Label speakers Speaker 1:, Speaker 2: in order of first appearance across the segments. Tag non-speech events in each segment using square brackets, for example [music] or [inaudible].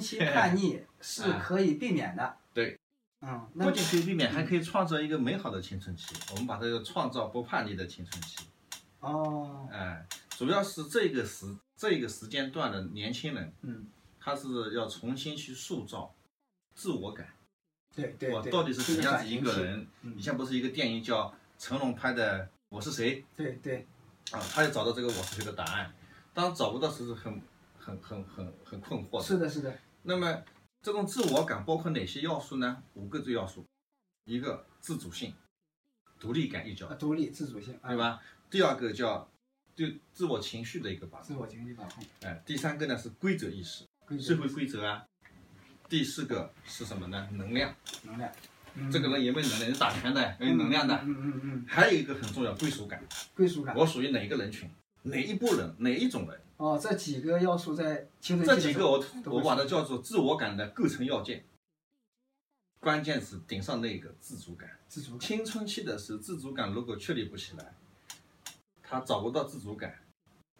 Speaker 1: 期叛
Speaker 2: [laughs]
Speaker 1: 逆是可以避免的。
Speaker 2: 哎对，
Speaker 1: 嗯，那
Speaker 2: 不
Speaker 1: 就
Speaker 2: 仅避免，还
Speaker 1: 嗯
Speaker 2: 可以创造一个美好的青春期。我们把它创造不叛逆的青春期。
Speaker 1: 哦，
Speaker 2: 哎，主要是这个时这个时间段的年轻人，
Speaker 1: 嗯，
Speaker 2: 他是要重新去塑造自我感，
Speaker 1: 对对
Speaker 2: 我
Speaker 1: 对，
Speaker 2: 到底是
Speaker 1: 这
Speaker 2: 怎样子
Speaker 1: 转
Speaker 2: 一
Speaker 1: 型
Speaker 2: 个
Speaker 1: 期？
Speaker 2: 人？
Speaker 1: 嗯
Speaker 2: 以前不是一个电影叫成龙拍的《我是谁
Speaker 1: 对对，》
Speaker 2: 啊，他就找到这个我是谁的答案，当找不到时是很很很很很困惑的。
Speaker 1: 是的，是的，
Speaker 2: 那么这种自我感包括哪些要素呢？五个最要素，一个自主性、独立感一角
Speaker 1: 啊，独立自主性，啊
Speaker 2: 对？吧？第二个叫对自我情绪的一个把
Speaker 1: 自
Speaker 2: 控，
Speaker 1: 我情绪把控，
Speaker 2: 哎，第三个呢是规则意识。
Speaker 1: 规
Speaker 2: 社
Speaker 1: 则
Speaker 2: 会规则啊。第四个是什么呢？能量，
Speaker 1: 能量，嗯
Speaker 2: 这个人有没有能量？是打拳的，有
Speaker 1: 嗯
Speaker 2: 能量的。
Speaker 1: 嗯嗯嗯，
Speaker 2: 还有一个很重要，归属感，
Speaker 1: 嗯归属感。
Speaker 2: 我属于哪一个人群，哪一波人，哪一种人？
Speaker 1: 哦，这几个要素在青春期
Speaker 2: 这
Speaker 1: 的
Speaker 2: 几
Speaker 1: 时
Speaker 2: 个
Speaker 1: 候
Speaker 2: 我
Speaker 1: 都
Speaker 2: 我
Speaker 1: 会
Speaker 2: 把它叫做自我感的构成要件。关键是顶上那个自主感。
Speaker 1: 自主感，
Speaker 2: 青春期的时候，自主感如果确立不起来，他找不到自主感，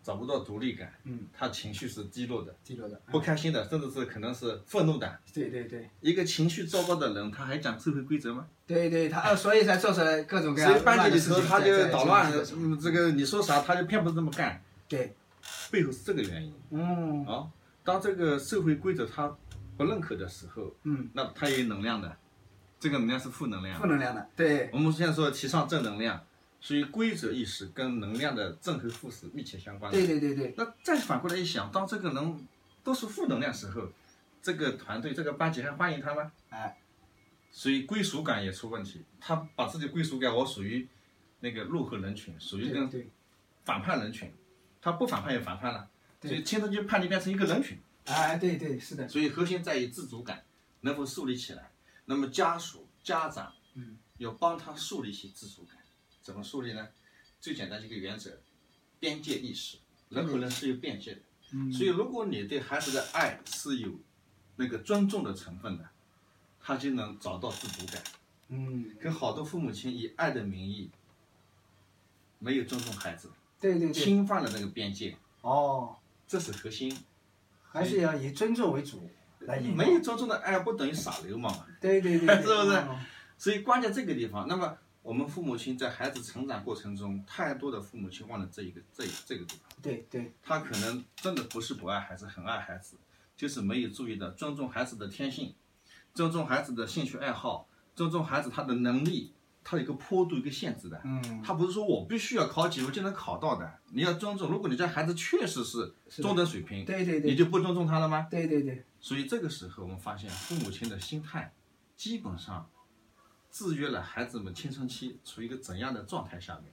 Speaker 2: 找不到独立感，
Speaker 1: 嗯，
Speaker 2: 他情绪是低落的，
Speaker 1: 记住的，嗯嗯
Speaker 2: 不开心的，甚至是可能是愤怒的。
Speaker 1: 对对对
Speaker 2: 一个情绪糟糕的人，他还讲社会规则吗？
Speaker 1: 对对，他呃所以才做出来各种各样
Speaker 2: 谁班级里头
Speaker 1: 头
Speaker 2: 他就捣乱，
Speaker 1: 嗯，
Speaker 2: 嗯，这个你说啥他就偏不这么干，
Speaker 1: 对，
Speaker 2: 背后是这个原因
Speaker 1: 嗯
Speaker 2: 啊。当这个社会规则他不认可的时候，
Speaker 1: 嗯，
Speaker 2: 那他也有能量的，这个能量是负能量
Speaker 1: 负。能量的，对
Speaker 2: 我们现在说提倡正能量，所以规则意识跟能量的正和负是密切相关的。
Speaker 1: 对对对对，
Speaker 2: 那再反过来一想，当这个人都是负能量时候，这个团队、这个班级还欢迎他吗？
Speaker 1: 哎，
Speaker 2: 所以归属感也出问题。他把自己归属感，我属于那个落后人群，属于
Speaker 1: 对
Speaker 2: 跟
Speaker 1: 对
Speaker 2: 反叛人群。他不反叛也反叛了，
Speaker 1: 对
Speaker 2: 所以青春期叛逆变成一个人群。
Speaker 1: 哎对对是的，
Speaker 2: 所以核心在于自主感能否树立起来。那么家属、家长，
Speaker 1: 嗯，
Speaker 2: 要帮他树立起自主感。怎么树立呢？最简单一个原则，边界意识。人和人是有边界的。
Speaker 1: 嗯
Speaker 2: 所以，如果你对孩子的爱是有那个尊重的成分的，他就能找到自主感。
Speaker 1: 嗯
Speaker 2: 可好多父母亲以爱的名义，没有尊重孩子，
Speaker 1: 对对对，
Speaker 2: 侵犯了那个边界，
Speaker 1: 哦，
Speaker 2: 这是核心。
Speaker 1: 还是要以尊重为主来引导
Speaker 2: 没，有尊重的爱，不等于耍流氓啊嘛。
Speaker 1: 对对对，对
Speaker 2: [laughs] 是不是
Speaker 1: 嗯
Speaker 2: 所以关键这个地方，那么我们父母亲在孩子成长过程中，太多的父母亲忘了这一个这一这个地方，
Speaker 1: 对对
Speaker 2: 他可能真的不是不爱孩子，很爱孩子，就是没有注意到尊重孩子的天性，尊重孩子的兴趣爱好，尊重孩子他的能力，他有一个坡度一个限制的。
Speaker 1: 嗯
Speaker 2: 他不是说我必须要考几分就能考到的，你要尊重。如果你家孩子确实是
Speaker 1: 是的
Speaker 2: 中等水平，
Speaker 1: 对对
Speaker 2: 你
Speaker 1: 对
Speaker 2: 就不尊重他了吗？
Speaker 1: 对对对，
Speaker 2: 所以这个时候，我们发现父母亲的心态基本上制约了孩子们青春期处于一个怎样的状态下面。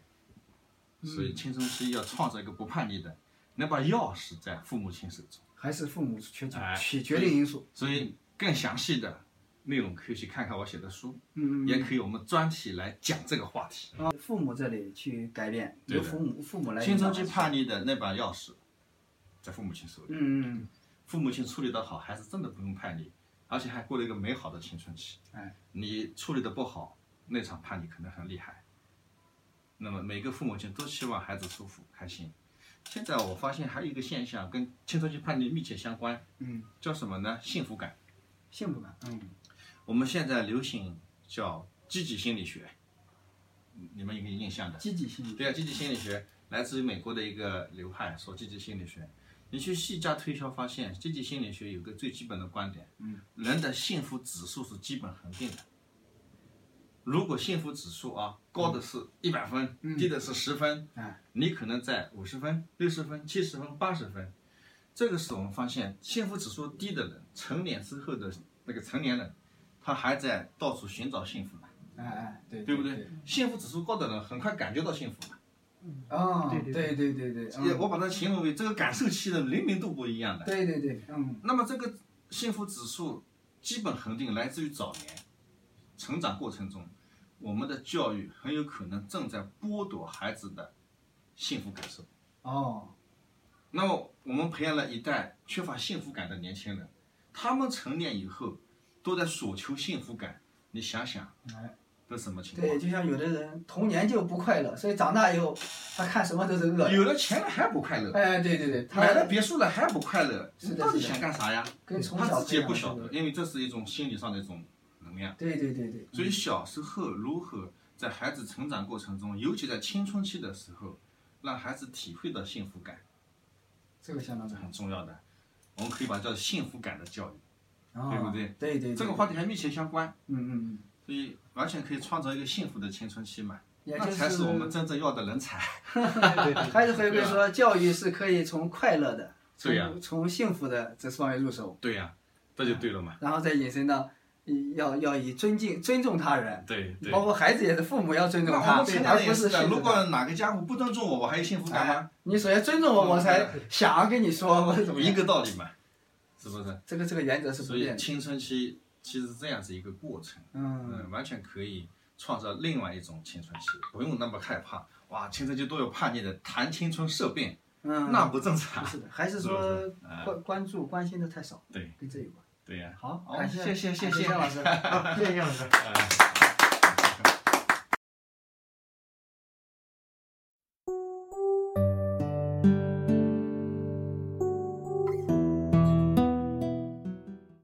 Speaker 1: 嗯
Speaker 2: 所以青春期要创造一个不叛逆的，那把钥匙在父母亲手中。
Speaker 1: 还是父母决定
Speaker 2: 哎
Speaker 1: 起决定因素，
Speaker 2: 所以更详细的内容可以去看看我写的书，
Speaker 1: 嗯嗯
Speaker 2: 也可以我们专题来讲这个话题。
Speaker 1: 啊，父母这里去改变，
Speaker 2: 对
Speaker 1: 由
Speaker 2: 的
Speaker 1: 父母父母来
Speaker 2: 青
Speaker 1: 引导
Speaker 2: 春期叛逆的那把钥匙在父母亲手里，
Speaker 1: 嗯嗯，
Speaker 2: 父母亲处理得好，孩子真的不用叛逆，而且还过了一个美好的青春期。
Speaker 1: 哎，
Speaker 2: 你处理的不好，那场叛逆可能很厉害。那么每个父母亲都希望孩子舒服开心。现在我发现还有一个现象跟青春期叛逆密切相关，
Speaker 1: 嗯，
Speaker 2: 叫什么呢？幸福感。
Speaker 1: 幸福感，嗯，
Speaker 2: 我们现在流行叫积极心理学，你们有没有印象的？
Speaker 1: 积极性，
Speaker 2: 对啊，积极心理学来自于美国的一个流派，说积极心理学。你去细加推敲，发现积极心理学有个最基本的观点，
Speaker 1: 嗯，
Speaker 2: 人的幸福指数是基本恒定的。如果幸福指数啊高的是一百分，
Speaker 1: 嗯
Speaker 2: 低的是十分，
Speaker 1: 哎，
Speaker 2: 你可能在五十分、六十分、七十分、八十分。这个时候我们发现，幸福指数低的人，成年之后的那个成年人，他还在到处寻找幸福呢，
Speaker 1: 哎哎，对
Speaker 2: 对不
Speaker 1: 对
Speaker 2: 对？？幸福指数高的人，很快感觉到幸福了。嗯
Speaker 1: 哦，
Speaker 3: 对
Speaker 1: 对
Speaker 3: 对
Speaker 1: 对对对，
Speaker 2: 也
Speaker 1: 嗯
Speaker 2: 我把它形容为这个感受器的灵敏度不一样的。
Speaker 1: 对对对，嗯，
Speaker 2: 那么这个幸福指数基本恒定来自于早年成长过程中，我们的教育很有可能正在剥夺孩子的幸福感受。
Speaker 1: 哦，
Speaker 2: 那么我们培养了一代缺乏幸福感的年轻人，他们成年以后都在索求幸福感。你想想，
Speaker 1: 哎，
Speaker 2: 都什么情
Speaker 1: 对，
Speaker 2: 况？
Speaker 1: 就像有的人童年就不快乐，所以长大以后他看什么都是恶的。
Speaker 2: 有了钱了还不快乐，
Speaker 1: 哎，对对对，他
Speaker 2: 买了别墅了还不快乐，
Speaker 1: 是的
Speaker 2: 到底
Speaker 1: 是的
Speaker 2: 想干啥呀？
Speaker 1: 跟从
Speaker 2: 他
Speaker 1: 小
Speaker 2: 自己也
Speaker 1: 培
Speaker 2: 不
Speaker 1: 养
Speaker 2: 晓
Speaker 1: 这
Speaker 2: 得
Speaker 1: 个，
Speaker 2: 因为这是一种心理上的一种能量。
Speaker 1: 对对对对，
Speaker 2: 所以小时候如何在孩子成长过程中，尤其在青春期的时候，让孩子体会到幸福感，
Speaker 1: 这个相当
Speaker 2: 这
Speaker 1: 重
Speaker 2: 很重要的。我们可以把它叫幸福感的教育，
Speaker 1: 要，啊
Speaker 2: 对不对？
Speaker 1: 对对，
Speaker 2: 这个
Speaker 1: 对
Speaker 2: 话题还密切相关，
Speaker 1: 嗯嗯嗯，
Speaker 2: 所以完全可以创造一个幸福的青春期嘛，
Speaker 1: 也
Speaker 2: 那
Speaker 1: 就
Speaker 2: 才是我们真正要的人才。
Speaker 1: 还是回归说，教育是可以从快乐的，从
Speaker 2: 对呀
Speaker 1: 从幸福的这方面入手，
Speaker 2: 对呀、这就对了嘛。
Speaker 1: 然后再引申到嗯要要以尊敬尊重他人，
Speaker 2: 对对。
Speaker 1: 包括孩子也是父母要尊重
Speaker 2: 那我
Speaker 1: 啊他，
Speaker 2: 们成长
Speaker 1: 而
Speaker 2: 也
Speaker 1: 不是
Speaker 2: 是
Speaker 1: 训
Speaker 2: 的，
Speaker 1: 斥他
Speaker 2: 如果哪个家伙不尊重我，我还有幸福感吗？
Speaker 1: 哎你首先尊重我，我才想要跟你说哎我怎么
Speaker 2: 一
Speaker 1: 样
Speaker 2: 个道理嘛，是不是？
Speaker 1: 这个这个原则是不
Speaker 2: 所
Speaker 1: 变
Speaker 2: 以
Speaker 1: 的，
Speaker 2: 青春期其实是这样子一个过程。
Speaker 1: 嗯，
Speaker 2: 嗯，完全可以创造另外一种青春期，不用那么害怕。哇，青春期都有叛逆的，谈青春色变，
Speaker 1: 嗯，
Speaker 2: 那不正常
Speaker 1: 不。是的，还是
Speaker 2: 是不
Speaker 1: 说
Speaker 2: 是哎
Speaker 1: 关关注关心的太少，
Speaker 2: 对
Speaker 1: 跟这有关。
Speaker 2: 对呀、
Speaker 1: 好，
Speaker 2: 好
Speaker 1: 感谢
Speaker 2: 谢谢谢谢
Speaker 1: 谢老师。 [laughs]
Speaker 3: 谢谢老师。
Speaker 2: 呃